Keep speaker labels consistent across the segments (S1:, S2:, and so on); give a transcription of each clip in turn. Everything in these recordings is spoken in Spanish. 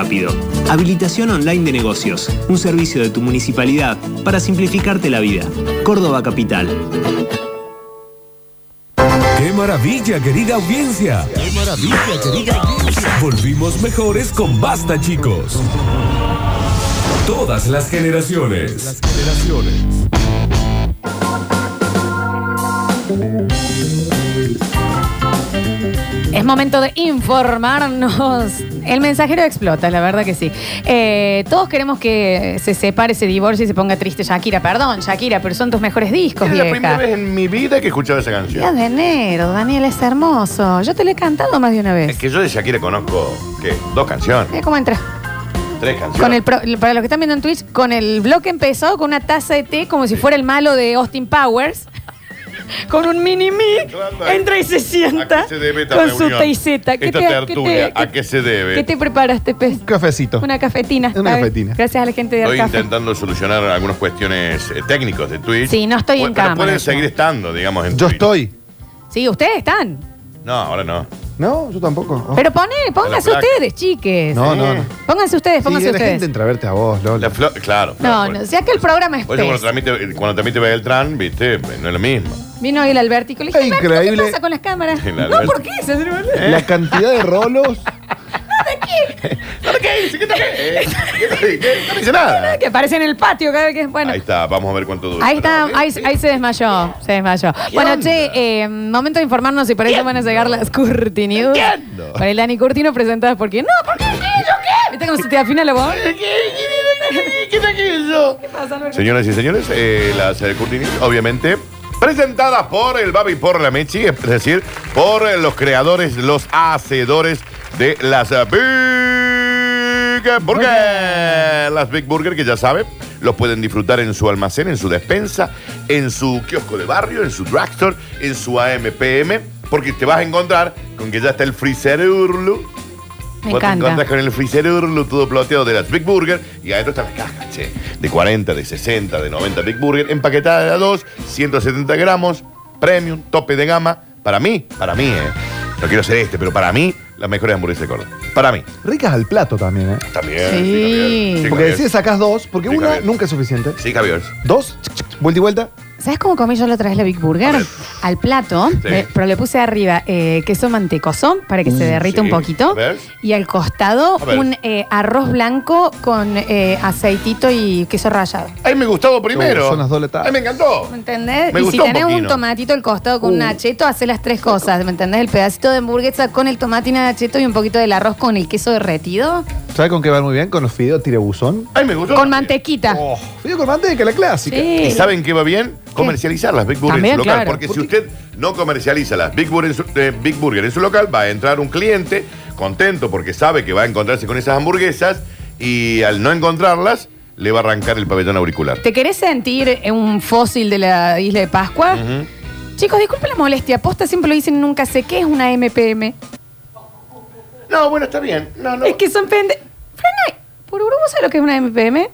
S1: rápido. Habilitación online de negocios, un servicio de tu municipalidad para simplificarte la vida. Córdoba Capital.
S2: ¡Qué maravilla, querida audiencia! ¡Qué maravilla, querida audiencia! Volvimos mejores con Basta, chicos. Todas las generaciones. Las generaciones.
S3: Es momento de informarnos. El mensajero explota, la verdad que sí. Eh, todos queremos que se separe, se divorcie y se ponga triste Shakira. Perdón, Shakira, pero son tus mejores discos,
S4: Es la primera
S3: vieja.
S4: vez en mi vida que escuchaba esa canción.
S3: Día de enero, Daniel, es hermoso. Yo te lo he cantado más de una
S4: Es
S3: vez.
S4: que yo de Shakira conozco, ¿qué? Dos canciones,
S3: Mira cómo entra.
S4: tres canciones.
S3: Eh, Con el pro- para los que están viendo en Twitch, con el bloque empezado con una taza de té como si fuera el malo de Austin Powers. Con un mini mic,
S4: Claro.
S3: entra y se sienta
S4: ¿A qué se debe esta
S3: con su
S4: reunión?
S3: teiceta.
S4: Esta tertulia, ¿a qué se debe?
S3: ¿Qué te preparaste, pez?
S5: Un cafecito.
S3: Una cafetina.
S5: Una
S3: a ver.
S5: cafetina.
S3: Gracias a la gente de
S4: Estoy
S3: Arcafe.
S4: intentando solucionar algunas cuestiones eh, técnicas de Twitch.
S3: Sí, no estoy en
S4: pero
S3: cámara,
S4: pueden
S3: yo.
S4: seguir estando, digamos, en
S5: Yo
S4: Twitch.
S5: estoy.
S3: Sí, ustedes están.
S4: No, ahora no.
S5: No, yo tampoco. Oh.
S3: Pero poné, pónganse
S4: A la placa.
S3: ustedes, chiques. ¿Eh?
S5: no, no, no.
S3: Pónganse ustedes, pónganse
S5: Sí, la
S3: ustedes.
S5: gente entra a verte a vos,
S4: La
S5: Lola.
S4: flor, claro.
S3: No,
S4: claro,
S3: no, si acá el programa es este.
S4: Por eso cuando
S3: pez.
S4: transmite, cuando transmite Beltrán, viste, no es lo mismo.
S3: Vino hoy el Albertico y le dije,
S5: Es
S3: Alberto,
S5: increíble. ¿Eh?
S3: ¿qué pasa con las cámaras?
S4: El
S3: no,
S4: Alberto.
S3: ¿por qué? Se hace-
S4: ¿Eh?
S5: La cantidad de rolos.
S4: ¿Qué dice? ¿Qué tal? ¿Qué? ¿Qué? ¿Qué? No dice nada.
S3: Ah, que aparece en el patio cada vez que... Bueno,
S4: Ahí está, vamos a ver cuánto dura.
S3: Ahí está, ahí, ahí se desmayó, se desmayó. Bueno,
S4: onda?
S3: che, eh, momento de informarnos y por ahí se van a llegar las Curti News.
S4: Entiendo.
S3: Para el Dani Curtino presentadas porque no, porque yo qué. ¿Viste cómo se te afina la voz?
S4: ¿Qué es aquello?
S3: ¿Qué pasa, Alberto?
S4: Señoras y señores, eh, las eh, Curtinis, obviamente, presentadas por el Babi y por la Mechi, es decir, por eh, los creadores, los hacedores de las eh, Big Burger. Las Big Burger, que ya saben, los pueden disfrutar en su almacén, en su despensa, en su kiosco de barrio, en su drugstore, en su AMPM, porque te vas a encontrar con que ya está el freezer Urlu.
S3: Me
S4: Vos te encontrás
S3: encanta.
S4: con el freezer urlo todo plateado de las Big Burger y adentro están las cajas, che. De 40, de 60, de 90 Big Burger, empaquetada de a 2, 170 gramos, premium, tope de gama. Para mí, para mí, eh. No quiero ser este, pero para mí, las mejores hamburguesas de Córdoba. Para mí.
S5: Ricas al plato también, ¿eh?
S4: También.
S3: Sí.
S4: Sí,
S5: Porque
S4: Javier.
S5: decís sacás dos, porque
S4: Sí,
S5: una
S4: Javier.
S5: nunca es suficiente.
S4: Sí, Javier.
S5: Dos, ch, ch, ch, vuelta y vuelta.
S3: ¿Sabes cómo comí yo la otra vez la Big Burger? Al plato,
S4: Sí.
S3: eh, pero le puse arriba eh, queso mantecoso para que se derrita
S4: Mm, sí.
S3: un poquito.
S4: A ver.
S3: Y al costado
S4: A ver.
S3: un eh, arroz blanco con eh, aceitito y queso rallado.
S4: Ay, me gustó primero.
S5: Uh, son las dos de la tarde.
S4: Ay, me encantó.
S3: ¿Me entendés?
S4: Me
S3: y si
S4: gustó un
S3: tenés un,
S4: poquito. Uh.
S3: tomatito al costado con un acheto, hace las tres cosas. ¿Me entendés? El pedacito de hamburguesa con el tomatina de acheto y un poquito del arroz con el queso derretido.
S5: ¿Sabes con qué van muy bien? Con los fideos tirabuzón.
S4: Ay, me gustó.
S3: Con mantequita.
S5: Oh, fideo con manteca, la clásica.
S4: ¿Y
S3: Sí.
S4: saben qué va bien? Comercializar las Big Burger
S3: También,
S4: en su local.
S3: claro.
S4: Porque si usted no comercializa las Big Burger, en su, eh, Big Burger en su local, va a entrar un cliente contento porque sabe que va a encontrarse con esas hamburguesas y al no encontrarlas, le va a arrancar el pabellón auricular.
S3: ¿Te querés sentir un fósil de la isla de Pascua? Chicos, disculpen la molestia. Posta siempre lo dicen, nunca sé qué es una MPM.
S4: No, bueno, está bien. No, no.
S3: Es que son pende... Frena, ¿por Uruguay sabes lo que es una MPM?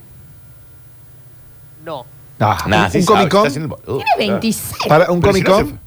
S5: Ah,
S4: Nah,
S5: un
S4: sí sabe,
S5: Comic
S4: está
S5: Con.
S4: haciendo- Uh,
S3: Tiene 26.
S5: Para un
S4: Pero si
S5: Comic
S4: no se-
S5: Con.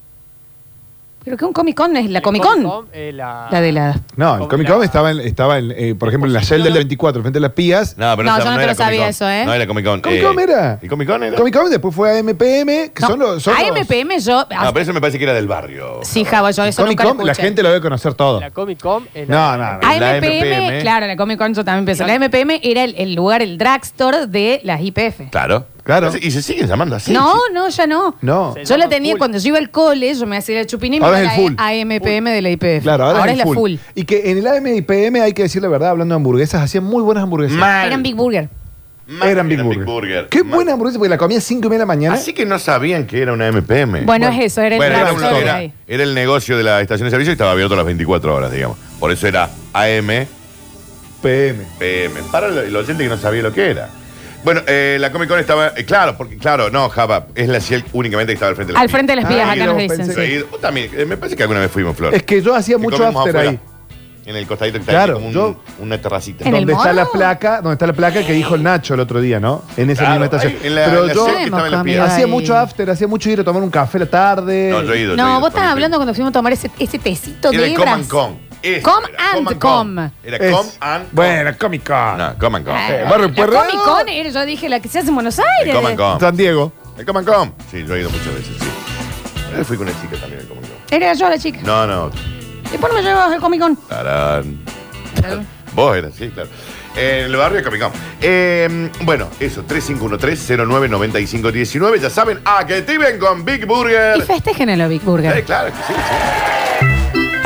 S3: ¿Pero qué un Comic Con es? ¿La Comic Con?
S6: eh, la...
S3: La de la...
S5: No, el Comic Con estaba, en, estaba en, eh, por ejemplo, en la Shell del 24, frente a las pías.
S4: No, pero
S3: No,
S4: se-
S3: yo no te
S4: era
S3: lo sabía
S4: Comic Con.
S3: eso, ¿eh?
S4: No era Comic Con.
S5: Comic Con
S4: eh,
S5: era.
S4: ¿Y Comic Con era?
S5: Comic Con después fue a MPM, que
S3: No,
S5: son los. son
S3: a
S5: los-
S3: MPM yo... ah,
S4: No, pero eso me parece que era del barrio.
S3: Sí, Java, yo eso
S5: Comic
S3: nunca lo
S5: Con, la
S3: escuché.
S5: gente lo debe conocer todo.
S6: La Comic Con es la...
S5: No, no, no.
S3: AMPM,
S4: La
S5: ¿eh?
S4: MPM.
S3: claro, la Comic Con yo también pensé. La MPM era el, el lugar, el drugstore de las IPF.
S4: Claro.
S5: Claro.
S4: Y se siguen llamando así.
S3: no, no, ya no.
S5: No.
S6: Se
S3: Yo la
S6: llama
S3: tenía
S6: full.
S3: cuando yo iba al cole, yo me hacía el chupinín y me
S5: Ahora
S3: iba
S5: es
S3: a
S5: el
S3: la AMPM de la IPF.
S5: Claro, ahora,
S3: es,
S5: el
S3: la full.
S5: Y que en el AMPM, hay que decir la verdad, hablando de hamburguesas, hacían muy buenas hamburguesas.
S4: Mal.
S3: Eran Big Burger.
S4: Mal
S5: Eran Big Burger. Qué
S4: Mal.
S5: buena hamburguesa, porque la comía a 5 y media de la mañana.
S4: Así que no sabían que era una MPM.
S3: Bueno, es eso, era el
S4: Bueno, era,
S3: drugstore
S4: un-
S3: de
S4: era-
S3: ahí.
S4: era el negocio de la estación de servicio y estaba abierto las 24 horas, digamos. Por eso era AM,
S5: PM.
S4: PM. Para el el oyente que no sabía lo que era. Bueno, eh, la Comic Con estaba. eh, claro, porque, claro, no, Java, es la Ciel únicamente que estaba al frente de las
S3: Al frente de las
S5: Ah,
S3: vías, acá
S5: mira,
S3: nos
S5: vos
S3: dicen.
S5: pensé.
S3: sí.
S4: vías. Vos también, eh, me parece que alguna vez fuimos, Flor.
S5: Es que yo hacía
S4: Que
S5: mucho
S4: comimos
S5: after
S4: afuera,
S5: ahí.
S4: En el costadito que está
S5: Claro,
S4: ahí, como un-
S5: yo-
S4: una terracita.
S3: En el
S5: Donde está
S3: mono?
S5: la placa, donde está la placa que dijo el Nacho el otro día, ¿no? En esa
S4: Claro,
S5: misma estación.
S4: ahí, en la-
S5: Pero
S4: en la
S5: yo
S4: Ciel que estaba en las
S3: Hemos
S4: piedras.
S3: comido
S5: hacía
S3: ahí.
S5: mucho after, hacía mucho ir a tomar un café a la tarde.
S4: No, yo he ido. yo he
S3: No,
S4: ido,
S3: vos estás
S4: Flor,
S3: hablando cuando fuimos a tomar ese, ese tecito
S4: Era
S3: de
S4: el
S3: hebras.
S4: Coman Con. Ese
S3: Com
S4: Este era,
S3: and com.
S4: Era
S5: Es-
S4: com and
S5: Bueno, Comic Con.
S4: com. No, com and com.
S3: Ah,
S5: Eh,
S4: Ah,
S5: Barrio
S3: la
S5: Puerredón.
S3: Comic Con era, yo dije, la que se hace en Buenos
S4: El
S3: Aires.
S4: com and com.
S5: San Diego.
S4: El com and com. Sí, yo he ido muchas veces, sí. Eh, Fui con una chica también al com and com.
S3: Era yo la chica.
S4: No, no.
S3: Después no me llevabas al Comic Con.
S4: Tarán. Vos eras, sí, claro. En el barrio de Comicón. Eh, bueno, eso, 3513-099519. Ya saben, activen con Big
S3: Y
S4: Burger.
S3: festejen en lo Big
S4: Eh,
S3: Burger.
S4: claro, que sí, sí.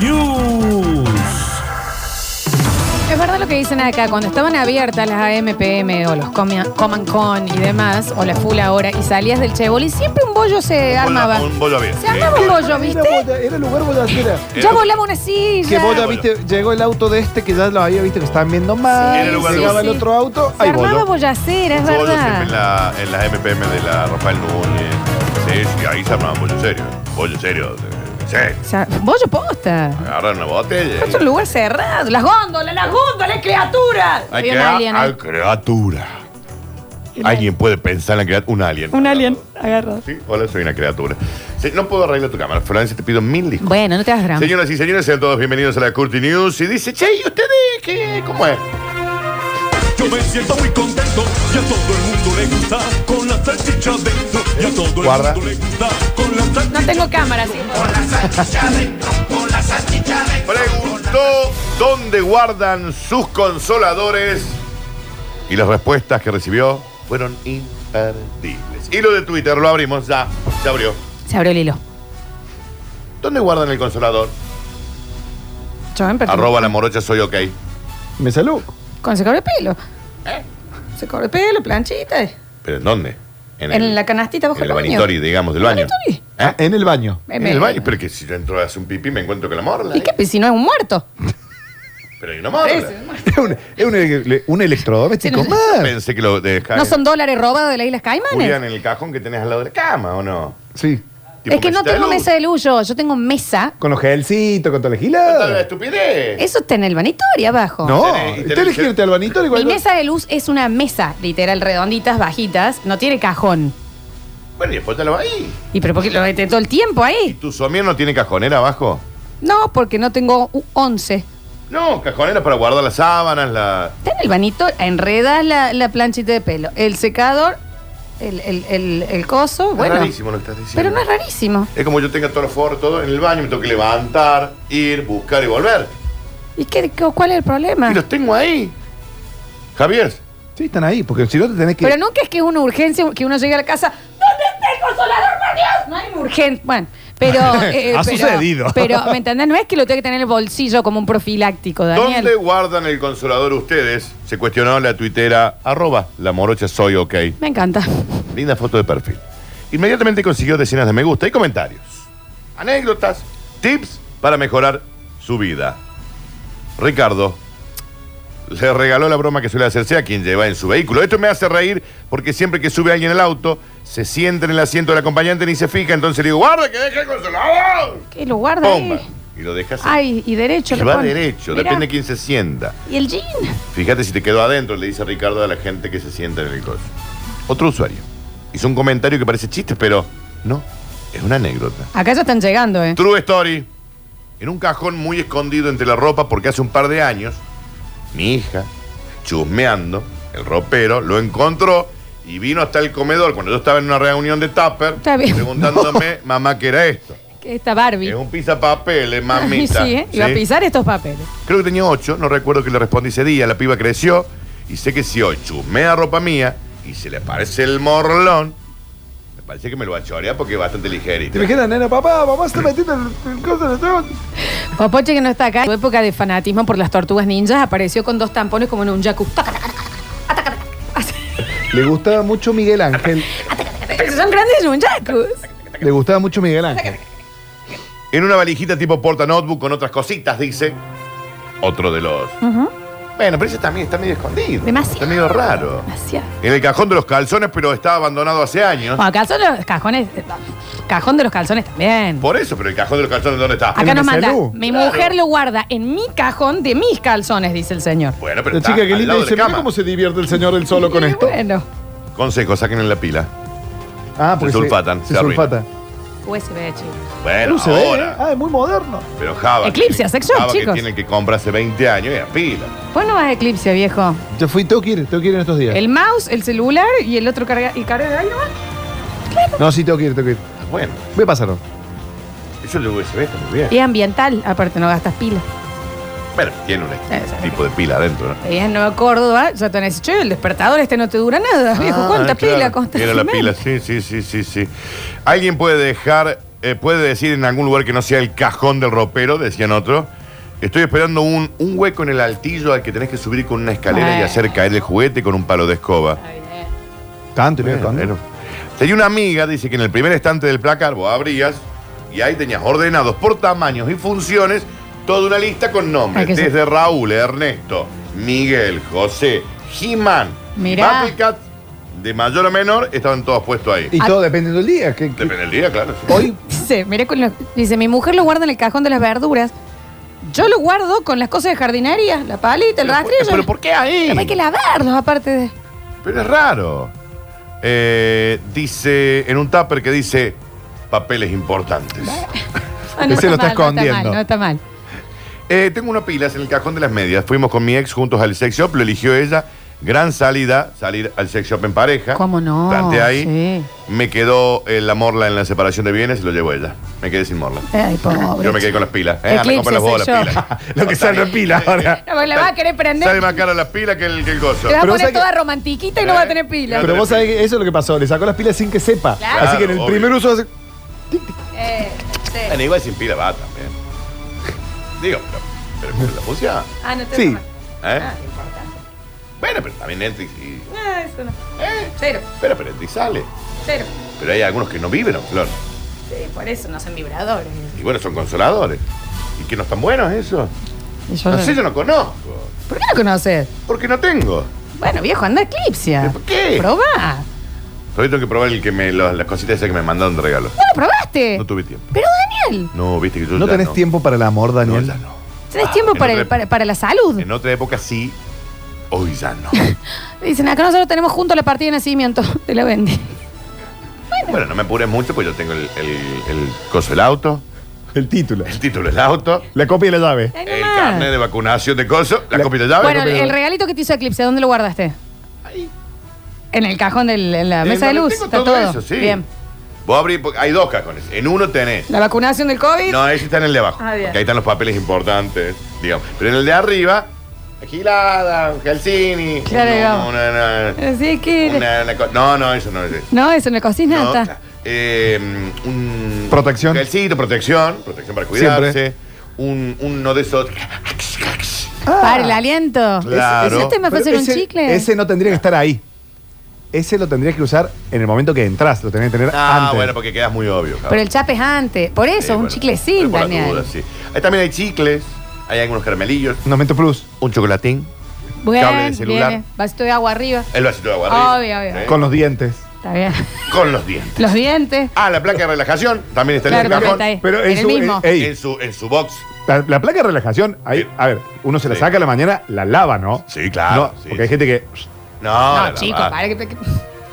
S2: News.
S3: Es verdad lo que dicen acá, cuando estaban abiertas las AMPM o los Comia- Coman Con y demás, o la full ahora, y salías del Chevoli, siempre un bollo se armaba.
S4: Un bollo abierto.
S3: Se armaba un bollo, ¿viste?
S5: Era, el lugar Bodacera.
S4: Eh,
S3: Ya volaba una silla.
S5: Que vos ya
S4: Bollo.
S5: viste, llegó el auto de este que ya lo había visto que estaban viendo mal.
S4: Era el lugar de
S5: llegaba el
S3: bollo.
S5: otro auto,
S3: Se
S5: ahí
S3: armaba
S5: voló.
S3: bollacera, es
S4: Un bollo siempre en
S3: verdad.
S4: la, en la MPM de la Rafael Núñez. Sí, sí, ahí se armaban bollo serio. Bollo serio. Sí.
S3: O sea, bollo posta.
S4: Agarran una botella.
S3: Es un lugar cerrado. Las góndolas, las góndolas, criaturas.
S4: Hay
S3: Había un alien ¿eh? ahí.
S4: criatura. Alguien puede pensar en la criatura. Un alien.
S3: Un alien agarrado.
S4: Sí, hola, soy una criatura. Sí, no puedo arreglar tu cámara. Florencia, te pido mil disculpas.
S3: Bueno, no te hagas drama.
S4: Señoras y señores, sean todos bienvenidos a la Curti News. Y dice, che, ¿y ustedes qué? ¿Cómo es?
S6: Yo me siento muy contento y a todo el mundo le gusta con la salchicha dentro. Y a todo
S4: Guarda.
S6: el mundo le gusta con la salchicha
S3: No tengo cámara, sí.
S4: Preguntó dónde guardan sus consoladores. Y las respuestas que recibió fueron imperdibles. Y lo de Twitter, lo abrimos ya. Se abrió.
S3: Se abrió el hilo.
S4: ¿Dónde guardan el consolador?
S3: Yo empecé.
S4: Arroba la morocha, soy ok.
S5: Me salud.
S4: ¿Eh?
S3: Con se corre pelo. Se corre pelo, planchita. En,
S4: ¿Pero en dónde?
S3: la canastita bajo
S4: En el
S3: baño.
S4: vanitori, digamos, del baño.
S3: Vanitori.
S4: ¿Eh?
S5: Ah, En el baño.
S4: En el baño. Pero que si yo entro a hacer un pipí me encuentro con la morla.
S3: ¿Y qué?
S4: ¿eh?
S3: Pues Si no es un muerto.
S4: Pero hay una morla.
S3: Ese,
S5: Es un, es un- un electrodoméstico
S3: Sí, no-
S5: más.
S4: Pensé que lo dejaba.
S3: ¿No son dólares robados de las Islas
S4: Julián,
S3: Caimanes?
S4: en el cajón que tenés al lado de la cama, ¿o no?
S5: Sí.
S4: Tipo
S3: Es que no
S4: mesita de
S3: tengo
S4: luz.
S3: mesa de luyo. Yo tengo mesa.
S5: Con los gelcitos, con toda la
S4: Total, la
S5: gilada.
S4: estupidez.
S3: Eso está en el vanitori abajo.
S5: No,
S4: Tenés- y tenés-
S5: tenés que irte al bañito igual.
S3: Mi mesa de luz es una mesa, literal, redonditas, bajitas. No tiene cajón.
S4: Bueno, y después te lo ahí.
S3: ¿Y pero por qué lo metes todo el tiempo
S4: ¿Y
S3: ahí?
S4: tu somier no tiene cajonera abajo?
S3: No, porque no tengo u- 11.
S4: No, cajonera para guardar las sábanas, la.
S3: Está en el banito, enredas la, la planchita de pelo. El secador, el, el- el- el coso,
S4: Es
S3: bueno.
S4: rarísimo lo que estás diciendo.
S3: Pero no es rarísimo.
S4: Es como yo tenga todos los forros, todo en el baño, me tengo que levantar, ir, buscar y volver.
S3: ¿Y qué, qué- cuál es el problema?
S4: Y los tengo ahí. Javier.
S5: Sí, están ahí, porque si no te tenés que.
S3: Pero nunca es que es una urgencia que uno llegue a la casa. ¿Dónde está el consolador, por Dios? No hay una urgencia. Bueno, pero. eh,
S5: Ha
S3: pero-
S5: sucedido.
S3: Pero, ¿me entendés? No es que lo tenga que tener en el bolsillo como un profiláctico, Daniel.
S4: ¿Dónde guardan el consolador ustedes? Se cuestionó la tuitera arroba la morocha soy ok.
S3: Me encanta.
S4: Linda foto de perfil. Inmediatamente consiguió decenas de me gusta y comentarios. Anécdotas, tips para mejorar su vida. Ricardo le regaló la broma que suele hacerse a quien lleva en su vehículo. Esto me hace reír porque siempre que sube alguien al auto, se sienta en el asiento del acompañante ni se fija. Entonces le digo, guarda que deje el consolador.
S3: ¿Qué lo guarda
S4: Bomba.
S3: ahí?
S4: Y lo dejas ahí.
S3: Ay, y derecho.
S4: Y
S3: lo
S4: va
S3: pone.
S4: derecho,
S3: Mirá.
S4: depende de quién se sienta.
S3: ¿Y el jean?
S4: Fíjate si te quedó adentro, le dice Ricardo a la gente que se sienta en el coche. Otro usuario. Hizo un comentario que parece chiste, pero no, es una anécdota.
S3: Acá ya están llegando, ¿eh?
S4: True story. En un cajón muy escondido entre la ropa, porque hace un par de años, mi hija, chusmeando, el ropero, lo encontró y vino hasta el comedor cuando yo estaba en una reunión de Tupper,
S3: Está bien.
S4: preguntándome, mamá, ¿qué era esto?
S3: Esta Barbie.
S4: Es un pisapapeles, mamita.
S3: Sí, ¿eh? Iba a
S4: ¿Sí?
S3: pisar estos papeles.
S4: Creo que tenía ocho, no recuerdo que le respondí ese día. La piba creció y sé que si hoy chusmea ropa mía y se le aparece el morlón, me parece que me lo va a chorear porque es bastante ligerito.
S5: Te dijeron, nena, papá, mamá se está metiendo en el cosa de todo.
S3: Popoche que no está acá, en su época de fanatismo por las tortugas ninjas, apareció con dos tampones como en un yaku. Taca, taca, taca, taca, taca, taca. Así.
S5: Le gustaba mucho Miguel Ángel.
S3: Pero son grandes un yakus.
S5: Le gustaba mucho Miguel Ángel.
S4: En una valijita tipo porta notebook con otras cositas, dice. Otro de los Bueno, pero ese también está medio escondido.
S3: Demasiado.
S4: Está medio raro.
S3: Demasiado.
S4: En el cajón de los calzones, pero estaba abandonado hace años.
S3: Bueno, calzón de los cajones. eh, Cajón de los calzones también.
S4: Por eso, pero el cajón de los calzones, ¿dónde está?
S3: Acá
S5: ¿El
S3: nos
S5: de
S3: manda.
S5: Celu?
S3: Mi mujer lo guarda en mi cajón de mis calzones, dice el señor.
S4: Bueno, pero
S5: La
S4: está
S5: chica que
S4: al
S5: linda
S4: lado de la
S5: dice, mira
S4: cama.
S5: cómo se divierte el señor él solo con
S3: Y
S5: esto.
S3: Bueno,
S4: Consejo, saquen en la pila.
S5: Ah,
S4: Se sulfatan,
S5: Se,
S4: se arruina.
S5: sulfata.
S3: USB, chicos.
S4: Bueno,
S5: Uh, se ve, ¿eh?
S4: ahora.
S5: Ah, es muy moderno.
S4: Pero Java.
S3: Eclipse
S4: que-
S3: hace acción,
S4: Java
S3: chicos.
S4: que tiene que comprar hace 20 años y a pila.
S3: Vos no vas a Eclipse, viejo.
S5: Yo fui, tengo que ir, tengo que ir en estos días.
S3: El mouse, el celular y el otro carga. ¿Y carga de ahí nomás?
S5: No, sí, tengo que ir, tengo que ir.
S4: Bueno,
S5: Voy a pasarlo.
S4: eso de USB está muy bien.
S3: Y ambiental, aparte no gastas pila.
S4: Bueno, tiene un
S3: Exacto.
S4: tipo de pila adentro, ¿no?
S3: Ahí en Nueva Córdoba, ya tenés, che, el despertador este no te dura nada, viejo. ¿Cuánta
S4: Ah, claro.
S3: pila? ¿Cuánta
S4: Tiene la pila, sí, sí, sí, sí, sí. Alguien puede dejar, eh, puede decir en algún lugar que no sea el cajón del ropero, decían otros. Estoy esperando un, un hueco en el altillo al que tenés que subir con una escalera y
S3: Bueno.
S4: hacer caer el juguete con un palo de escoba.
S5: Tanto, y no
S4: Bueno,
S5: escondo.
S4: bueno. Tenía una amiga, dice que en el primer estante del placar vos abrías y ahí tenías ordenados por tamaños y funciones toda una lista con nombres.
S3: Ay, que sí.
S4: Desde Raúl, Ernesto, Miguel, José, He-Man,
S3: Mirá.
S4: Papi Cat, de mayor a menor, estaban todos puestos ahí.
S5: Y
S3: Ah.
S5: todo dependiendo del día. que- que-
S4: Depende del día, claro. sí.
S5: hoy,
S3: Dice, mirá con los- dice, mi mujer lo guarda en el cajón de las verduras. Yo lo guardo con las cosas de jardinería, la palita, el
S4: Pero, por-
S3: rastrillo.
S4: pero ¿por qué ahí?
S3: Pero hay que lavarlos aparte de.
S4: Pero es raro. Eh, dice, en un tupper que dice papeles importantes.
S3: Ah,
S5: Ese lo está
S3: No
S5: escondiendo.
S3: está mal, no está mal.
S4: Eh, tengo una pilas en el cajón de las medias. Fuimos con mi ex juntos al sex shop, lo eligió ella. Gran salida, salir al sex shop en pareja.
S3: ¿Cómo no?
S4: Planté ahí.
S3: Sí.
S4: Me quedó eh, la morla en la separación de bienes y lo llevó ella. Me quedé sin morla.
S3: Ay, pobre.
S4: Yo me quedé con las pilas. Eh, me
S3: Eclipse
S4: compré las
S3: sex
S4: bolas,
S3: shop.
S4: pilas.
S5: Lo que sale en pila ahora.
S3: No, porque la va a querer prender.
S4: Sale más cara las pilas que el, que el gozo.
S3: Te vas a
S5: Pero
S3: poner
S5: vos sabés
S3: toda
S5: que-
S3: romantiquita y no va a tener pila.
S5: pero vos sabés que eso es lo que pasó. Le sacó las pilas sin que sepa.
S3: Claro.
S5: Así que en el
S4: Claro,
S5: primer
S4: obvio.
S5: uso hace-
S3: Eh, sí.
S4: Bueno, igual sin pila va también. Digo, pero, pero cumple la ¿eh? funciona.
S3: Ah, no te
S5: Sí.
S3: toma.
S4: ¿eh?
S3: Ah, no importa.
S4: Bueno, pero también entra y- y.
S3: Ah, eso no.
S4: ¿eh?
S3: Cero,
S4: Pero, pero entra y sale.
S3: cero.
S4: Pero hay algunos que no viven, Flor.
S3: Sí, por eso no son vibradores.
S4: Y bueno, son consoladores. ¿Y que no están buenos eso?
S3: Yo
S4: No
S3: no-
S4: sé, yo no conozco.
S3: ¿Por qué no conoces?
S4: Porque no tengo.
S3: Bueno, viejo, anda a Eclipse.
S4: ¿Pero por qué?
S3: Probá.
S4: Todavía tengo que probar el que me, los- las cositas esas que me mandaron de regalo.
S3: No lo probaste.
S4: No tuve tiempo.
S3: Pero Daniel,
S4: No, viste que yo
S5: No
S4: ya
S5: tenés tiempo para el amor,
S4: No,
S5: Daniel.
S4: ya no.
S3: tenés
S4: Ah,
S3: tiempo
S4: en
S3: para,
S4: otra
S3: el- para,
S4: época.
S3: para la salud.
S4: En otra época sí, hoy ya no.
S3: Dicen, acá nosotros tenemos junto la partida de nacimiento de la Bendy.
S4: bueno, no me apures mucho, pues yo tengo el, el, el coso del auto,
S5: El título.
S4: el título del auto,
S5: La copia y la llave.
S3: Ay,
S4: el
S3: nomás.
S4: carnet de vacunación de coso, la,
S5: La-
S4: copia de llave.
S3: Bueno,
S4: la
S3: el,
S4: copia de
S3: el
S4: llave.
S3: regalito que te hizo Eclipse, ¿dónde lo guardaste?
S4: Ahí.
S3: En el cajón de la
S4: Eh,
S3: mesa de
S4: donde
S3: luz.
S4: tengo
S3: Está todo.
S4: eso, sí.
S3: Bien.
S4: Vos abrís, porque hay dos cajones. En uno tenés
S3: La vacunación del COVID.
S4: No, ese está en el de abajo.
S3: Ah, bien.
S4: porque ahí están los papeles importantes, digamos. Pero en el de arriba, gilada, un calcini.
S3: Claro,
S4: un-
S3: digamos.
S4: una- una-
S3: Así que.
S4: una- una co- no, no, eso no es.
S3: No, eso no cosís
S4: No,
S3: nada.
S4: eh, un
S5: Protección.
S4: un calcito, protección, protección para cuidarse. Un, uno de esos.
S3: Para el aliento.
S4: Ah, Claro.
S3: Eso te este me fue
S5: Pero
S3: hacer un
S5: ese-
S3: chicle.
S5: Ese no tendría que estar ahí. Ese lo tendrías que usar en el momento que entras. Lo tendrías que tener
S4: Ah,
S5: antes.
S4: bueno, porque quedas muy obvio. cabrón.
S3: Pero el chape es antes. Por eso,
S4: Sí,
S3: un
S4: bueno,
S3: chicle
S4: pero
S3: sin,
S4: por las
S3: Daniel.
S4: dudas, sí. Ahí también hay chicles, hay algunos caramelillos,
S5: Un aumento plus.
S4: un chocolatín, cable de
S3: Bien,
S4: celular.
S3: bien. Vasito de agua arriba.
S4: el vasito de agua. arriba,
S3: Obvio, obvio.
S4: ¿sí?
S5: Con los dientes.
S3: Está bien.
S4: Con los dientes.
S3: Los dientes.
S4: Ah, la placa de relajación también está
S3: Claro,
S4: en el
S3: también
S4: cajón.
S3: está ahí.
S5: Pero
S3: en
S5: en
S3: el
S5: su-
S3: mismo.
S5: eh, eh. Ey.
S4: En, su, en su box.
S5: La, la placa de relajación, ahí,
S4: Sí.
S5: a ver, uno se la
S4: Sí.
S5: saca a la mañana, la lava, ¿no?
S4: Sí, claro,
S5: No,
S4: sí,
S5: porque hay
S4: sí.
S5: gente que.
S4: No,
S3: no,
S4: la
S3: chicos,
S4: lavada.
S3: para que. que-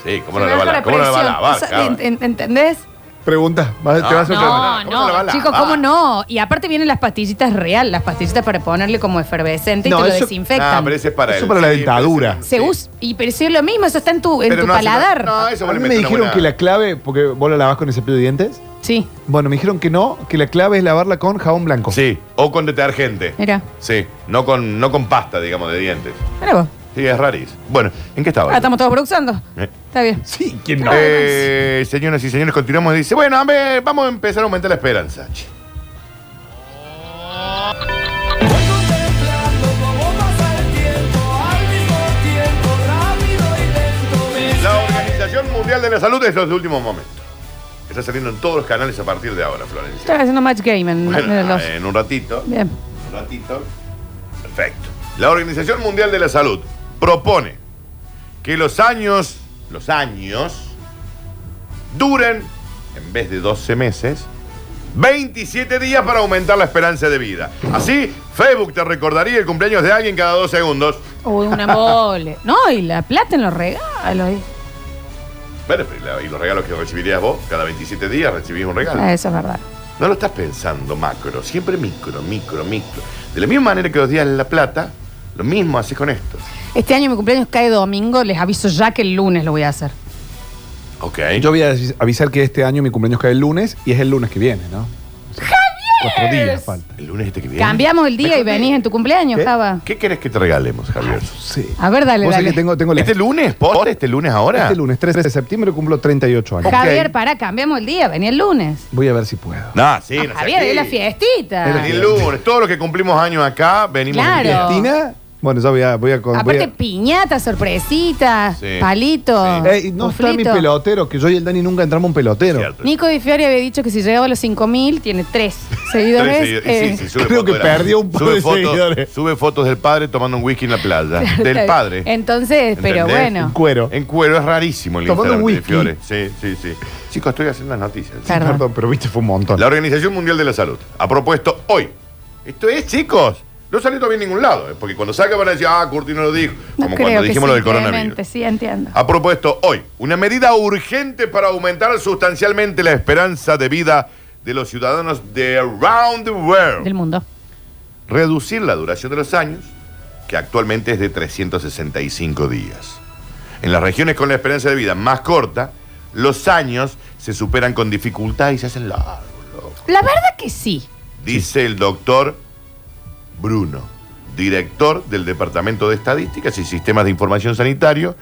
S4: Sí,
S3: se me
S4: ¿cómo no la va a
S3: baja
S4: lavar? ¿Cómo no la va a lavar?
S3: presión.
S4: cabrón?
S3: O sea, en- en- ¿Entendés?
S5: Pregunta, vas-
S4: No,
S5: te vas a
S4: no,
S5: sorprender.
S3: No,
S4: lavar? ¿Cómo no la va a
S3: no,
S4: lavar?
S3: chicos, ¿cómo no? Y aparte vienen las pastillitas real, las pastillitas para ponerle como efervescente y
S5: No,
S3: te lo
S5: eso-
S4: No, Ah,
S3: desinfectan.
S4: pero ese es para
S5: Eso
S4: el-
S5: para la
S4: sí,
S5: dentadura.
S4: pero ese-
S3: Se
S4: sí.
S3: usa, y pero si es lo mismo, eso está en tu, en
S4: Pero
S3: tu
S4: no, eso no-
S3: palador.
S4: No, eso
S5: A
S4: vos le
S5: mí me
S4: metés una
S5: dijeron
S4: buena-
S5: que la clave, porque vos la lavás con ese cepillo de dientes.
S3: Sí,
S5: Bueno, me dijeron que no, que la clave es lavarla con jabón blanco.
S4: Sí, o con detergente.
S3: mira.
S4: Sí, no con, no con pasta, digamos, de dientes.
S3: Mira vos.
S4: Sí, es rarísimo. Bueno, ¿en qué estaba?
S3: Ah, estamos todos bruxando.
S4: Eh.
S3: Está bien.
S5: Sí, ¿quién no?
S4: Eh, señoras y señores, continuamos. Dice, bueno, a ver, vamos a empezar a aumentar la esperanza. che. La Organización Mundial de la Salud es los de último momento. Está saliendo en todos los canales a partir de ahora, Florencia.
S3: Estaba haciendo match game en,
S4: Bueno,
S3: en el dos.
S4: en un ratito.
S3: Bien.
S4: Un ratito. Perfecto. La Organización Mundial de la Salud propone que los años, los años, duren, en vez de 12 meses, 27 días para aumentar la esperanza de vida. Así, Facebook te recordaría el cumpleaños de alguien cada dos segundos.
S3: Uy, un embole. No, y la plata en los regalos. y-
S4: Bueno, y la- y los regalos que recibirías vos, cada 27 días recibís un regalo.
S3: Eso es verdad.
S4: No lo estás pensando macro, siempre micro, micro, micro. De la misma manera que los días en la plata, lo mismo haces con esto.
S3: Este año mi cumpleaños cae domingo, les aviso ya que el lunes lo voy a hacer.
S4: Ok.
S5: Yo voy a avis- avisar que este año mi cumpleaños cae el lunes y es el lunes que viene, ¿no? O sea, Cuatro días falta.
S4: el lunes este que viene.
S3: Cambiamos el día y venís en tu cumpleaños,
S4: ¿Qué,
S3: Java.
S4: ¿Qué querés que te regalemos, Javier?
S5: Sí.
S3: A ver, dale,
S5: Vos sabés
S3: dale.
S5: que tengo, tengo la-
S4: ¿Este lunes? ¿Por este lunes ahora?
S5: Este lunes, 13 de septiembre, cumplo 38 años.
S3: Javier, pará, cambiamos el día, vení el lunes.
S5: Voy a ver si puedo.
S4: No, sí, no sé
S3: Ah, Javier,
S4: aquí.
S3: es la fiestita.
S5: Es la
S4: El lunes, todos los que cumplimos años acá, venimos.
S3: Claro.
S4: el día.
S5: ¿Tina? Bueno, ya voy a... Voy a, voy a-
S3: Aparte, piñata, sorpresita,
S4: Sí.
S3: palito.
S4: Sí.
S5: Eh, no está mi
S3: puflito.
S5: pelotero, que yo y el Dani nunca entramos a un pelotero.
S4: Cierto.
S3: Nico Di Fiore había dicho que si llegaba a los 5.000, tiene tres
S4: Tres
S3: seguidores.
S4: seguidores.
S3: eh,
S4: Sí, sí, sube
S5: creo
S4: fotos
S5: que
S4: de la-
S5: perdió un par
S4: sube
S5: de
S4: fotos-
S5: seguidores.
S4: Sube fotos del padre tomando un whisky en la playa.
S3: está
S4: del
S3: bien.
S4: padre.
S3: Entonces, pero
S4: ¿Entendés?
S5: En
S3: bueno.
S5: cuero.
S4: En cuero es rarísimo el
S5: Tomando
S4: Instagram de
S5: whisky.
S4: Fiore. Sí, sí, sí. Chicos, estoy haciendo las noticias.
S3: Claro. Perdón.
S5: Perdón, pero viste, fue un montón.
S4: La Organización Mundial de la Salud ha propuesto hoy. Esto es, chicos. No salió todavía en ningún lado. ¿eh? Porque cuando salga van a decir, ah, Curti no lo dijo.
S3: No
S4: como
S3: creo
S4: cuando
S3: que
S4: dijimos lo del
S3: simplemente,
S4: coronavirus. Ah,
S3: Sí, entiendo.
S4: Ha propuesto hoy una medida urgente para aumentar sustancialmente la esperanza de vida de los ciudadanos de around the world.
S3: Del mundo.
S4: reducir la duración de los años, que actualmente es de 365 días. En las regiones con la esperanza de vida más corta, los años se superan con dificultad y se hacen largos, loco.
S3: La verdad que sí.
S4: dice el doctor Bruno, director del Departamento de Estadísticas y Sistemas de Información Sanitario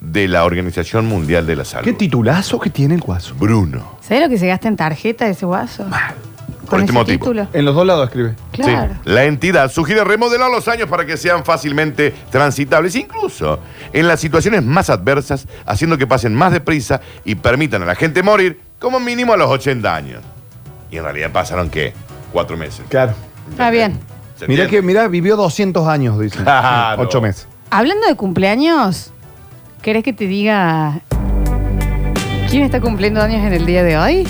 S4: de la Organización Mundial de la Salud.
S5: ¿Qué titulazo que tiene el guaso?
S4: Bruno.
S3: ¿Sabes lo que se gasta en tarjeta de ese guaso?
S4: Por
S3: Con ese
S4: este motivo.
S3: título.
S5: En los dos lados escribe.
S3: Claro.
S4: Sí. La entidad sugiere remodelar los años para que sean fácilmente transitables, incluso en las situaciones más adversas, haciendo que pasen más deprisa y permitan a la gente morir como mínimo a los 80 años. Y en realidad pasaron, ¿qué? Cuatro meses.
S5: Claro.
S3: Está Ah, bien.
S4: ¿Se
S5: Mirá que,
S4: entiende?
S5: mirá, vivió 200 años, dice.
S4: Claro.
S5: Ocho meses.
S3: Hablando de cumpleaños, ¿querés que te diga quién está cumpliendo años en el día de hoy?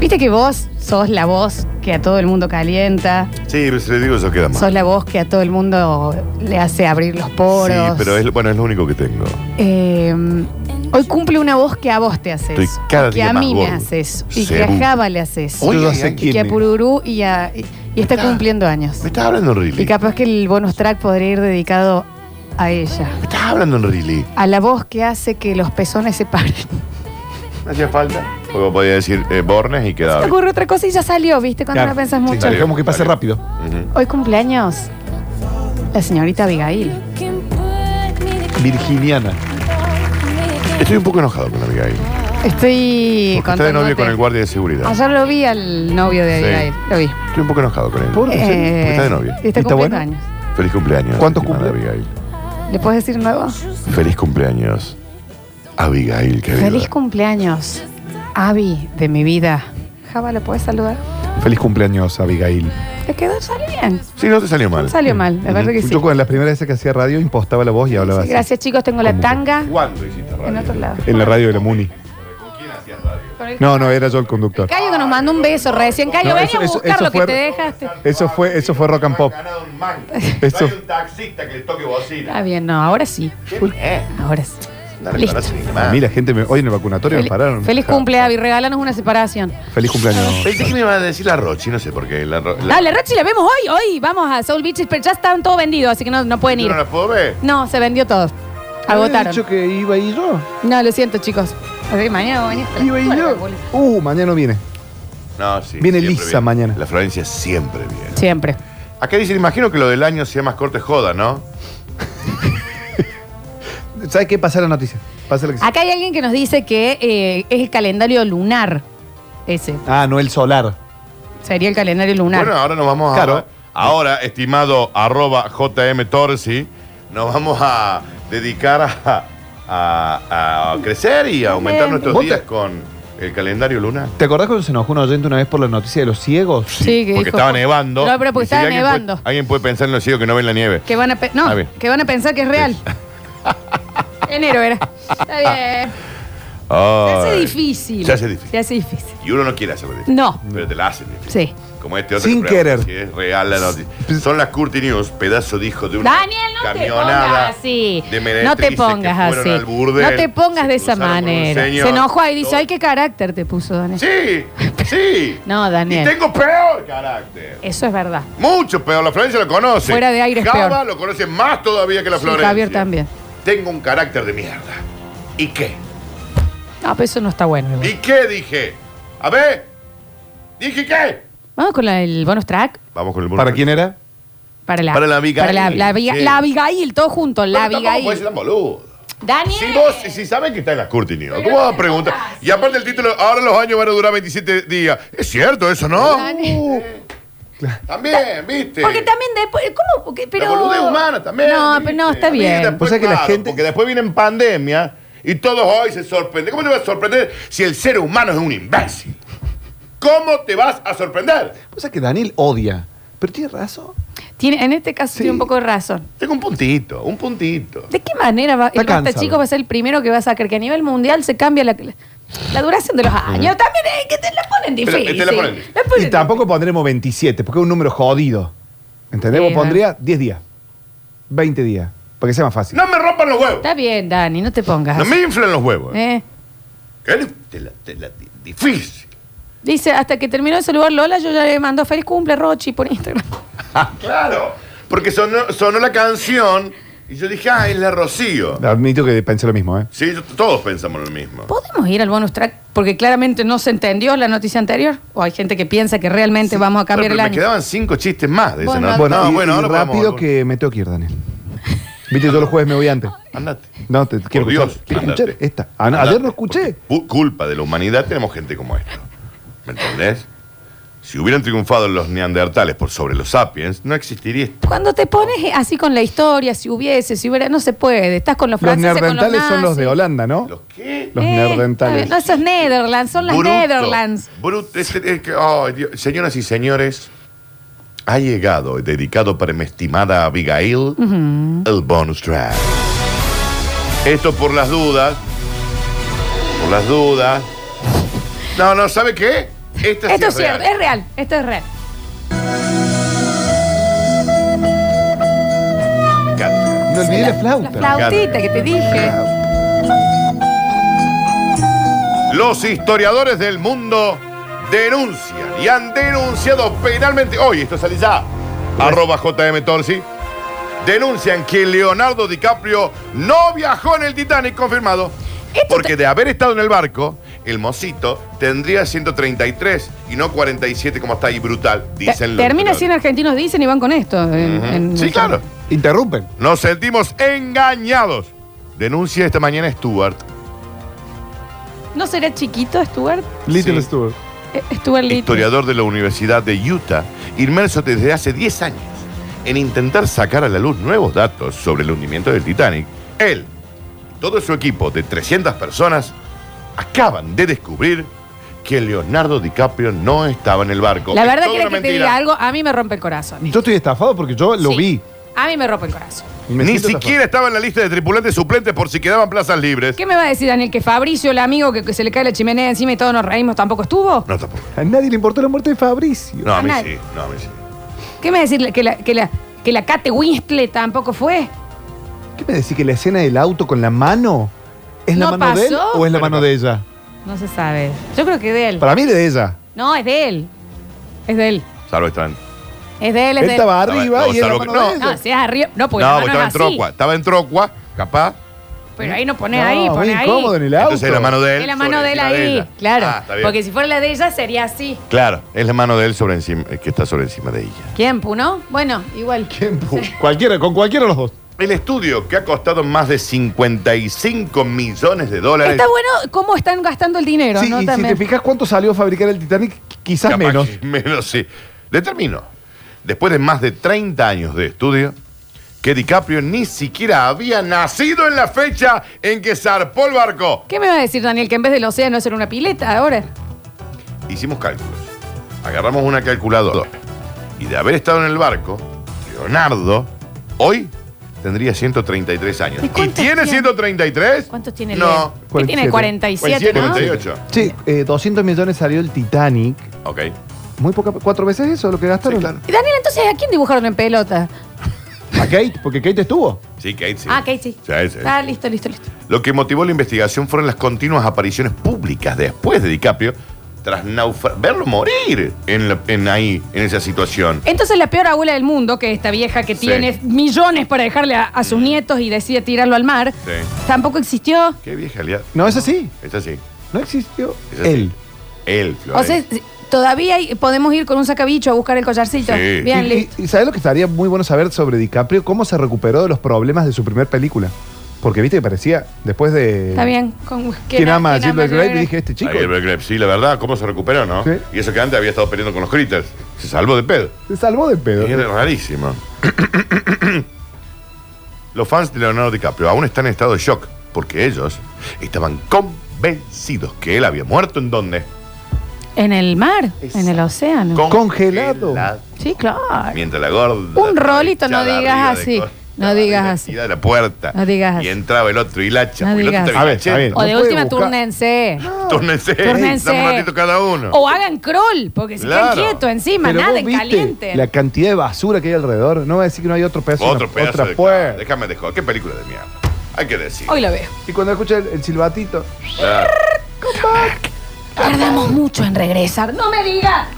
S3: Viste que vos sos la voz que a todo el mundo calienta,
S4: Sí, pero si le digo eso queda mal.
S3: sos la voz que a todo el mundo le hace abrir los
S4: sí,
S3: poros.
S4: pero es, bueno, es lo único que tengo.
S3: Eh, hoy cumple una voz que a vos te hace
S4: Estoy
S3: eso,
S4: cada
S3: que
S4: día
S3: a
S4: más
S3: mí me
S4: gordo.
S3: hace eso, y que
S4: Seguro.
S3: a Java le hace eso,
S4: Oye,
S5: Yo ya
S4: ay,
S5: sé
S4: ay.
S5: quién
S3: y que a
S5: es.
S3: Pururú y, a- y- y está cumpliendo años.
S4: Me estás hablando en Riley.
S3: Y capaz que el bonus track podría ir dedicado a ella.
S4: Me estás hablando en Riley.
S3: A la voz que hace que los pezones se paren.
S4: No hacía falta. Porque vos podías decir eh, Bornes y quedaba.
S3: Te ocurre otra cosa y ya salió, ¿viste? Cuando
S5: Claro.
S3: no pensás
S5: Sí,
S3: mucho.
S4: salió.
S5: dejemos que pase
S4: Salió.
S5: rápido.
S4: Ujú.
S3: Hoy cumpleaños la señorita Abigail.
S5: Virginiana.
S4: Estoy un poco enojado con la amiga ahí.
S3: Estoy
S4: Porque está de novio con el guardia de seguridad.
S3: Ayer lo vi al novio de
S4: Sí.
S3: Abigail. Lo vi.
S4: Estoy un poco enojado con él.
S5: ¿Por qué?
S3: Eh,
S4: porque está de novio.
S3: y está
S5: ¿Está
S3: cumpliendo
S5: bueno?
S3: años.
S4: Feliz cumpleaños.
S5: ¿Cuántos
S4: estimada
S5: cumple?
S4: Abigail.
S3: ¿Le puedes decir nuevo?
S4: Feliz cumpleaños, Abigail, querida.
S3: Feliz cumpleaños, Abby de mi vida. Java, ¿lo puedes saludar?
S5: Feliz cumpleaños, Abigail.
S3: Te quedó, salió bien.
S4: Sí, no te salió mal.
S3: Salió mal, la verdad que sí.
S5: Yo con las primeras veces que hacía radio impostaba la voz y hablaba así.
S3: Gracias, chicos. Tengo la
S5: Con-
S3: tanga
S4: ¿Cuándo hiciste radio?
S3: en otro lado.
S5: En la radio de la Muni.
S4: ¿Con quién hacías radio?
S3: Con el-
S5: No, no, era yo el conductor.
S3: Cayo que nos mandó un beso recién. Cayo,
S5: No,
S3: vení
S5: eso-
S3: a
S5: eso-
S3: buscar
S5: eso
S3: lo que
S5: fue-
S3: te dejaste.
S5: Eso fue, eso fue rock and pop.
S4: ganado un mango.
S5: Eso-
S4: un taxista que le toque bocina.
S3: Está bien, no, ahora sí.
S4: Eh,
S3: Ahora sí.
S4: no le
S3: Listo.
S4: conoce ni
S5: A
S4: más.
S5: mí la gente me- hoy en el vacunatorio me
S3: Feliz,
S5: pararon.
S3: feliz
S5: Ja,
S3: cumple, Abby. Regálanos una separación.
S5: Feliz cumpleaños.
S4: Pensé que me iba a decir la Rochi, no sé por qué. La, Ro- la-
S3: Dale, Rochi, la vemos hoy. Hoy vamos a Soul Beaches, pero ya están todos vendidos, así que no, no pueden
S4: ¿Yo
S3: ir.
S4: no la puedo ver?
S3: No, se vendió todo.
S5: ¿Había
S3: Agotaron.
S5: dicho que iba a ir yo?
S3: No, lo siento, chicos. A ver, mañana voy a venir.
S5: Iba a ir yo.
S3: Bueno,
S5: Uh, mañana no viene.
S4: No, sí.
S5: Viene
S4: siempre
S5: Lisa mañana.
S4: La Florencia siempre viene.
S3: Siempre.
S4: Acá dicen, imagino que lo del año sea más corto es joda, ¿no?
S5: ¿Sabes qué? Pasa la noticia. Pasa la que-
S3: Acá hay alguien que nos dice que eh, es el calendario lunar. Ese.
S5: Ah, no el solar.
S3: Sería el calendario lunar.
S4: Bueno, ahora nos vamos a.
S5: Claro.
S4: Ahora, estimado arroba JM Torsi, nos vamos a dedicar a, a- a crecer y a aumentar nuestros
S5: ¿Vos te-
S4: días con el calendario lunar.
S5: ¿Te acordás cuando se enojó un oyente una vez por la noticia de los ciegos?
S3: Sí, que
S4: Porque
S3: dijo-
S4: estaba nevando.
S3: No, pero porque
S4: Y si
S3: estaba
S4: alguien
S3: nevando.
S4: puede- alguien puede pensar en los ciegos que no ven la nieve.
S3: Que van a, pe- no,
S4: Ah, bien.
S3: que van a pensar que es real. Enero era. Está bien. Se hace
S4: Ay.
S3: difícil.
S4: Se hace difícil.
S3: Se hace difícil.
S4: Y uno no quiere hacerlo difícil.
S3: No.
S4: Pero te la hacen difícil.
S3: Sí.
S4: Como este otro.
S5: Sin
S4: que pregunta
S5: querer.
S4: si es real la noticia. Son las Curti News, pedazo de hijo de una
S3: Daniel, no te
S4: camionada
S3: pongas así.
S4: de
S3: No
S4: meretrices
S3: te
S4: que
S3: pongas
S4: fueron
S3: así.
S4: al burdel,
S3: no te pongas
S4: se
S3: de esa
S4: cruzaron con un
S3: manera.
S4: señor.
S3: Se enojó ahí y dice,
S4: Todo.
S3: ay, qué carácter te puso, Daniel.
S4: Sí, sí.
S3: No, Daniel.
S4: Y tengo peor carácter.
S3: Eso es verdad.
S4: Mucho peor. La Florencia lo conoce.
S3: Fuera de aire es
S4: Java
S3: peor.
S4: lo conoce más todavía que la
S3: Sí,
S4: Florencia.
S3: Javier también.
S4: Tengo un carácter de mierda. ¿Y qué?
S3: No, pero eso no está bueno. igual.
S4: ¿Y qué dije? A ver. ¿Dije qué?
S3: Vamos con la- el bonus track.
S4: Vamos con el
S5: ¿Para quién era?
S3: Para la,
S4: Para la Abigail.
S3: Para la, la Abiga-
S4: Sí.
S3: la Abigail, todo junto. La
S4: puede
S3: Abigail.
S4: ser tan boludo.
S3: Daniel.
S4: Si vos, si saben que está en las Curti News, ¿cómo vas a preguntar? Y aparte el título, ahora los años van a durar 27 días. Es cierto eso, ¿no?
S3: Dani.
S4: Uh, también, ¿viste?
S3: Porque también después. ¿Cómo? Porque- pero...
S4: La boludez humana también.
S3: No,
S4: ¿viste?
S3: pero no, está
S4: También
S3: bien.
S4: después,
S5: O sea que la
S4: claro,
S5: gente-
S4: Porque después vienen pandemia y todos hoy se sorprenden. ¿Cómo te vas a sorprender si el ser humano es un imbécil? ¿Cómo te vas a sorprender?
S5: O sea que Daniel odia. Pero tiene razón.
S3: Tiene, en este caso tiene un poco de razón.
S4: Tengo un puntito, un puntito.
S3: ¿De qué manera va, el Basta
S5: cansado.
S3: Chicos va a ser el primero que va a sacar? Que a nivel mundial se cambia la, la duración de los años. También es que te la ponen
S4: Pero,
S3: difícil.
S4: te la ponen difícil.
S3: La ponen
S5: Y tampoco pondremos 27, porque es un número jodido. ¿Entendés? Vos
S3: Sí,
S5: pondría 10 días. 20 días. Para que sea más fácil.
S4: No me rompan los huevos.
S3: Está bien, Dani, no te pongas
S4: No
S3: así.
S4: me inflen los huevos.
S3: Eh,
S4: ¿Qué? Te la- te la- difícil.
S3: Dice, hasta que terminó de saludar Lola, yo ya le mando feliz cumple, Rochi, por Instagram.
S4: Ah, claro. Porque sonó, sonó la canción y yo dije, ah, es la Rocío.
S5: Admito que pensé lo mismo, ¿eh?
S4: Sí, yo- todos pensamos lo mismo.
S3: ¿Podemos ir al bonus track? Porque claramente no se entendió la noticia anterior. O hay gente que piensa que realmente vamos a
S4: Bueno,
S3: cambiar
S4: pero
S3: el
S4: me
S3: año.
S4: quedaban cinco chistes más de ese,
S3: Bueno,
S4: ¿no?
S5: Bueno,
S4: No,
S5: y- y
S4: ahora
S5: rápido
S4: podemos-
S5: que me tengo que ir, Daniel. Viste, yo los jueves me voy antes.
S4: Andate.
S5: No, te quiero
S4: Por Dios,
S5: escuchar. Quiero
S4: andate.
S5: escuchar esta. Ah, no,
S4: Andate,
S5: ayer no escuché.
S4: porque pu- culpa de la humanidad tenemos gente como esta. ¿Me entendés? Si hubieran triunfado los neandertales por sobre los sapiens, no existiría esto.
S3: Cuando te pones así con la historia, si hubiese, si hubiera, no se puede. Estás con los
S5: Los
S3: franceses, con los
S5: nerdentales son los de
S3: nazis.
S5: Holanda, ¿no?
S4: ¿Los qué?
S5: Los
S3: Eh,
S5: nerdentales.
S3: está bien. No, esos Netherlands, son las
S4: Bruto.
S3: Netherlands.
S4: Bruto. Este- es que- ay, Dios. Señoras y señores, ha llegado, y dedicado para mi estimada Abigail, el bonus track. Esto por las dudas. Por las dudas. No, no, ¿sabe qué? Esta sí
S3: Esto es
S4: real.
S3: cierto, es real, esto es real.
S4: Me encanta.
S5: Me olvidé la
S3: La
S5: flauta.
S3: flautita que te dije.
S4: Los historiadores del mundo denuncian y han denunciado penalmente. Oye, esto sale ya. Arroba JM Torsi. Denuncian que Leonardo DiCaprio no viajó en el Titanic, confirmado. Porque de haber estado en el barco, el mocito tendría 133 y no 47, como está ahí brutal.
S3: Te-
S4: Dicen los
S3: Termina así en
S4: historiadores.
S3: argentinos dicen y van con esto. en- en-
S4: Sí, claro.
S5: Interrumpen.
S4: Nos sentimos engañados. Denuncia esta mañana Stuart.
S3: ¿No será chiquito, Stuart?
S5: Little
S4: Sí.
S5: Stuart.
S3: Eh, Stuart Little.
S4: historiador de la Universidad de Utah, inmerso desde hace 10 años en intentar sacar a la luz nuevos datos sobre el hundimiento del Titanic, él y todo su equipo de 300 personas acaban de descubrir que Leonardo DiCaprio no estaba en el barco.
S3: La
S4: Es
S3: verdad
S4: toda
S3: que
S4: una
S3: que te
S4: mentira.
S3: diga algo, a mí me rompe el corazón.
S5: Yo estoy estafado porque yo lo
S3: Sí.
S5: vi.
S3: A mí me rompe el corazón.
S5: Me
S4: Ni
S5: siento estafado.
S4: siquiera estaba en la lista de tripulantes suplentes por si quedaban plazas libres.
S3: ¿Qué me va a decir, Daniel? ¿Que Fabricio, el amigo que, que se le cae la chimenea encima y todos nos reímos, tampoco estuvo?
S4: No, tampoco.
S5: A nadie le importó la muerte de Fabricio.
S4: No, a mí
S3: Anal.
S4: sí. No, a mí sí.
S3: ¿Qué me va a decir que la, que la, que la Kate Winslet tampoco fue?
S5: ¿Qué me decís que la escena del auto con la mano es la
S3: No
S5: mano de él
S3: pasó.
S5: o es la mano de ella?
S3: No se sabe. Yo creo que es de él.
S5: Para mí es de ella.
S3: No, es de él. Es de él.
S4: Salvo estaban.
S3: Es de él, es
S5: Él
S3: de él.
S5: estaba
S4: Estaba-
S5: arriba
S4: no,
S5: y era la
S4: salvo
S5: mano
S4: que-
S5: de
S4: no.
S5: ella.
S3: No, si es arriba. No, porque
S4: No,
S3: Pues la mano
S4: porque estaba en
S3: es
S4: trocua.
S3: así.
S4: Estaba en trocua, capaz.
S3: Pero ahí no pone
S5: No,
S3: ahí,
S5: muy
S3: pone ahí.
S5: incómodo en el auto.
S4: Entonces es la mano de él.
S3: Es la mano
S4: sobre
S3: de él
S4: encima
S3: ahí,
S4: ella.
S3: claro.
S4: Ah, está bien.
S3: porque si fuera la de ella sería así.
S4: Claro, es la mano de él sobre encima, eh, que está sobre encima de ella.
S3: ¿Quién, Puno? Bueno, igual.
S5: ¿Quién pu- Cualquiera, con cualquiera de los dos.
S4: El estudio, que ha costado más de 55 millones de dólares.
S3: Está bueno cómo están gastando el dinero,
S5: Sí,
S3: ¿no?
S5: y si
S3: También.
S5: te fijas cuánto salió a fabricar el Titanic, qu- quizás
S4: Capaz
S5: menos.
S4: que Menos, sí. Determinó, después de más de 30 años de estudio, que DiCaprio ni siquiera había nacido en la fecha en que zarpó el barco.
S3: ¿Qué me va a decir, Daniel, que en vez del océano es en una pileta ahora?
S4: Hicimos cálculos. Agarramos una calculadora. Y de haber estado en el barco, Leonardo, hoy tendría 133 años.
S3: ¿Y
S4: ¿Y, tiene
S3: cuántos tiene?
S4: 133?
S3: ¿Cuántos tiene
S4: No.
S3: Leo? ¿Qué tiene? 47,
S4: 47,
S3: ¿no?
S4: 48.
S5: Che, eh, 200 millones salió el Titanic.
S4: Ok.
S5: Muy poca, cuatro veces eso lo que gastaron.
S4: Sí, claro.
S3: Y Daniel, entonces, ¿a quién dibujaron en pelota?
S5: A Kate, porque Kate estuvo.
S4: Sí, Kate, sí.
S3: Ah, Kate, sí.
S4: Sí, sí.
S3: Está listo, listo, listo.
S4: Lo que motivó la investigación fueron las continuas apariciones públicas después de DiCaprio, tras naufra- verlo morir en, la- en ahí, en esa situación.
S3: Entonces la peor abuela del mundo, que esta vieja que
S4: Sí.
S3: tiene millones para dejarle a, a sus nietos y decide tirarlo al mar,
S4: Sí.
S3: tampoco existió.
S4: Qué vieja aliada.
S5: No, es así.
S4: Es así.
S5: No existió
S4: Es así.
S5: él.
S4: Él,
S3: O
S4: Flores.
S3: sea, todavía hay- podemos ir con un sacabicho a buscar el collarcito.
S4: Sí.
S3: Bien,
S5: y,
S3: listo.
S5: y- y ¿sabes lo que estaría muy bueno saber sobre DiCaprio? ¿Cómo se recuperó de los problemas de su primer película? Porque viste que parecía, después de...
S3: Está bien. Con,
S5: ¿Quién ama a Gilbert
S3: Gilbert
S5: Grape? Dije, este chico.
S4: Ahí el Belgrave. Sí, la verdad, ¿cómo se recuperó, no?
S5: Sí.
S4: Y eso que antes había estado peleando con los critters. Se salvó de pedo.
S5: Se salvó del pedo.
S4: Era rarísimo. Los fans de Leonardo DiCaprio aún están en estado de shock porque ellos estaban convencidos que él había muerto en dónde?
S3: En el mar, en el océano.
S5: Mm. Congelado.
S3: Sí, claro.
S4: Mientras la gorda.
S3: Un rolito, no
S4: echada
S3: digas
S4: arriba de
S3: así.
S4: cosas,
S3: No digas así.
S4: metida de la puerta.
S3: No digas así.
S4: Y entraba el otro hilacha.
S3: No
S4: el otro
S3: digas
S4: estaba
S5: así. A ver, a ver.
S3: O
S4: hinchando.
S5: No
S3: de
S5: puede
S3: última,
S5: buscar-
S3: túrnense.
S4: Túrnense.
S3: Túrnense.
S4: Dame un ratito cada uno.
S3: O hagan crawl, porque se
S4: Claro.
S3: quedan quietos encima,
S5: Pero
S3: nada
S5: vos
S3: en
S5: viste
S3: caliente.
S5: la cantidad de basura que hay alrededor. No va a decir que no hay otro pedazo.
S4: Otro
S5: una-
S4: pedazo
S5: otra
S4: de.
S5: puerta.
S4: Déjame dejar. Qué película de mierda. Hay que decir.
S3: Hoy lo veo.
S5: Y cuando escucha el, el silbatito,
S4: Claro.
S3: Tardamos mucho en regresar. ¡No me digas!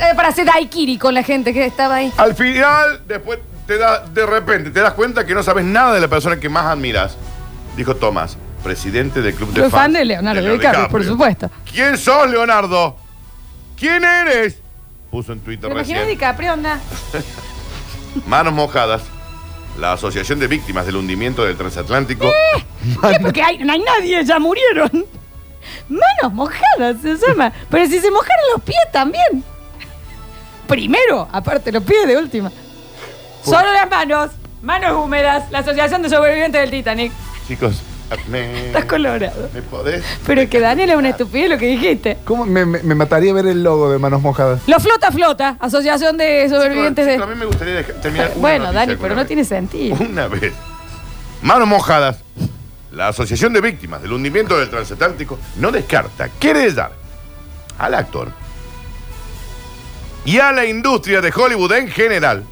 S3: Eh, para hacer daiquiri con la gente que estaba ahí.
S4: Al final, después te da, de repente te das cuenta que no sabes nada de la persona que más admiras. Dijo Tomás, presidente del club de
S3: Soy
S4: fans.
S3: fan de Leonardo DiCaprio, por supuesto.
S4: ¿Quién sos, Leonardo? ¿Quién eres? Puso en
S3: ¿Te
S4: Twitter
S3: imaginas
S4: recién.
S3: DiCaprio, onda?
S4: Manos mojadas. La Asociación de Víctimas del Hundimiento del Transatlántico.
S3: Eh. ¿Qué? Porque hay- no hay nadie, ya murieron. Manos mojadas se llama. Pero si se mojaron los pies también. Primero, aparte los pies de última. Solo las manos. Manos húmedas. La Asociación de Sobrevivientes del Titanic.
S4: Chicos, me,
S3: Estás colorado.
S4: ¿me podés?
S3: Pero que Daniel es una estupidez lo que dijiste.
S5: ¿cómo me, me- me mataría ver el logo de manos mojadas?
S3: Los flota flota. Asociación de sobrevivientes
S4: Chicos, A
S3: de. Eh,
S4: mí me gustaría dejar- terminar. una
S3: Bueno,
S4: noticia
S3: Dani,
S4: alguna
S3: pero no
S4: vez.
S3: tiene sentido.
S4: Una vez. Manos mojadas. La Asociación de Víctimas del Hundimiento del Transatlántico no descarta querellar al actor y a la industria de Hollywood en general,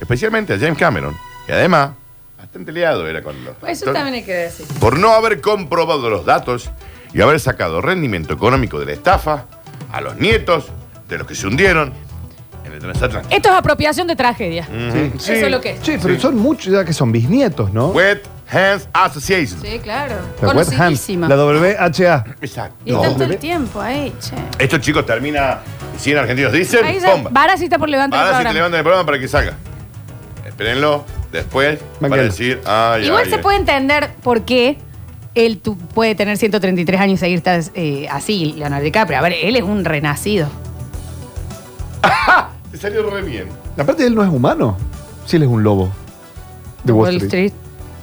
S4: especialmente a James Cameron, que además bastante liado era con los
S3: Pues Eso
S4: actores,
S3: también hay que decir.
S4: por no haber comprobado los datos y haber sacado rendimiento económico de la estafa a los nietos de los que se hundieron en el Transatlántico.
S3: Esto es apropiación de tragedia.
S4: Ujú. Mm. Sí.
S3: Eso es lo que es.
S5: Che, pero son muchos ya que son bisnietos, ¿no?
S4: Wet Hands Association.
S3: Eh. Sí, claro.
S5: La Wet Hand,
S3: Conocidísima.
S5: La WHA.
S4: Exacto.
S3: Y está todo
S5: bebé.
S3: el tiempo ahí, che.
S4: Estos chicos termina 100 argentinos dicen,
S3: Ahí ya,
S4: bomba.
S3: Varas está por levantar el
S4: Ahora sí te
S3: programa.
S4: levantan el programa para que salga. Espérenlo después para
S5: Mañana.
S4: decir, ay,
S3: Igual
S4: ay,
S3: se
S4: ay.
S3: puede entender por qué él tu- puede tener 133 años y seguir tas- eh, así, Leonardo DiCaprio. A ver, él es un renacido.
S4: Te salió re bien.
S5: Aparte, él no es humano. Sí, él es un lobo. De Wall, Street.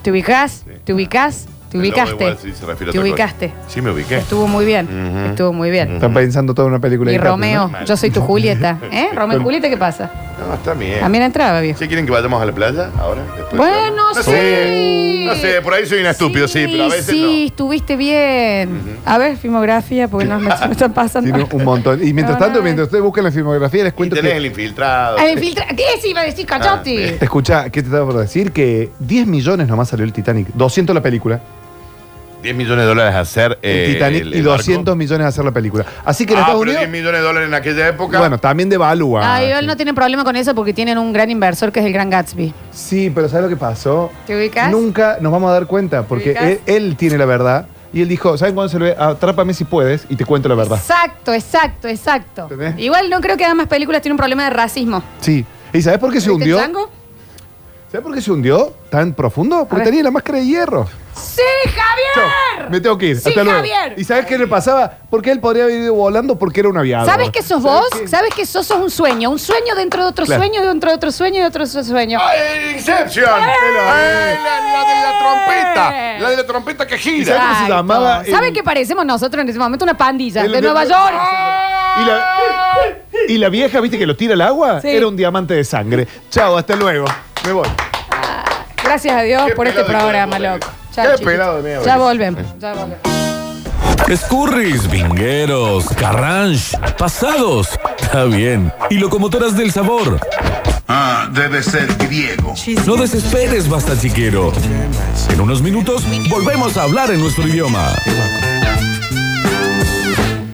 S3: ¿Te ubicás?
S4: Sí.
S3: ¿Te ubicás? ¿Te
S4: El lobo de
S3: ubicaste?
S4: Wall Street se refiere a
S3: ¿Te
S4: otra cosa.
S3: ubicaste?
S4: Sí, me ubiqué.
S3: Estuvo muy bien.
S4: Ujú.
S3: Estuvo muy bien.
S5: Están pensando toda una película.
S3: Y
S5: de DiCaprio,
S3: Romeo,
S5: ¿no?
S4: ¿no?
S3: yo soy tu Julieta. ¿Eh? Romeo y Julieta, ¿qué pasa?
S4: No, está bien.
S3: También entraba, viejo.
S4: ¿Sí quieren que vayamos a la playa ahora?
S5: Pues
S4: Después
S3: Bueno,
S4: no
S3: sí.
S4: Sé. No sé, por ahí soy un estúpido, sí, pero a veces
S3: Sí, estuviste bien. A ver, filmografía, porque no me me están pasando.
S5: Tiene un montón. Y mientras
S3: No, no,
S5: tanto,
S3: no.
S5: mientras ustedes buscan la filmografía, les
S4: no. Y
S5: cuento
S4: tenés
S5: que.
S4: el infiltrado.
S3: Ah, el filtra- ¿Qué es? Iba a decir
S4: Ah,
S3: cachote.
S5: Escucha, ¿qué te estaba por decir? Que 10 millones nomás salió el Titanic. 200 la película.
S4: 10 millones de dólares a hacer eh,
S5: el Titanic
S4: el-
S5: y
S4: el
S5: 200
S4: barco.
S5: millones a hacer la película. Así que en
S4: ah,
S5: Estados
S4: pero
S5: Unidos.
S4: 10 millones de dólares en aquella época.
S5: Bueno, también devalúa.
S3: Ah, igual no tienen problema con eso porque tienen un gran inversor que es el gran Gatsby.
S5: Sí, pero ¿sabes lo que pasó?
S3: ¿Te ubicas?
S5: Nunca nos vamos a dar cuenta porque
S3: ubicas?
S5: él, él tiene la verdad. Y él dijo, ¿saben cuándo se lo ve? Atrápame si puedes y te cuento la verdad.
S3: Exacto, exacto, exacto.
S5: ¿Entendés?
S3: Igual no creo que hagan más películas tiene un problema de racismo.
S5: Sí. ¿Y sabes por qué se
S3: ¿Viste el
S5: hundió?
S3: chango?
S5: ¿Sabes por qué se hundió tan profundo? Porque
S3: ver.
S5: tenía la máscara de hierro.
S3: ¡Sí,
S5: Chau,
S3: Javier!
S5: Me tengo que ir.
S3: Sí,
S5: Hasta luego.
S3: Javier.
S5: ¿Y sabes qué le pasaba? Porque él podría haber ido volando porque era un aviador.
S3: ¿Sabes que sos
S5: ¿Sabes
S3: vos?
S5: qué?
S3: ¿Sabes que sos, sos un sueño? Un sueño dentro de otro
S5: Claro.
S3: sueño, dentro de otro sueño, dentro de otro sueño.
S4: ¡Ay, Inception! ¡Eh, la, la de la trompeta! ¡La de la trompeta que gira!
S5: cómo se
S3: Exacto.
S5: llamaba el-
S3: ¿Saben que parecemos nosotros en ese momento? Una pandilla
S5: El
S3: de
S5: de-
S3: Nueva York.
S5: Y la, y la vieja, ¿viste que lo tira al agua?
S3: Sí.
S5: Era un diamante de sangre. Chao, hasta luego. Me voy.
S3: Gracias a Dios
S4: Qué
S3: por este
S4: pelado de
S3: programa,
S4: mierda,
S3: loco.
S4: Qué
S3: Chao, chiquito.
S4: pelado de mierda.
S3: Ya volvemos. Ya volvemos.
S2: Escurris, vingueros, carranche, pasados. Está bien. Y locomotoras del sabor.
S7: Ah, debe ser griego.
S2: No desesperes, basta chiquero. En unos minutos volvemos a hablar en nuestro idioma.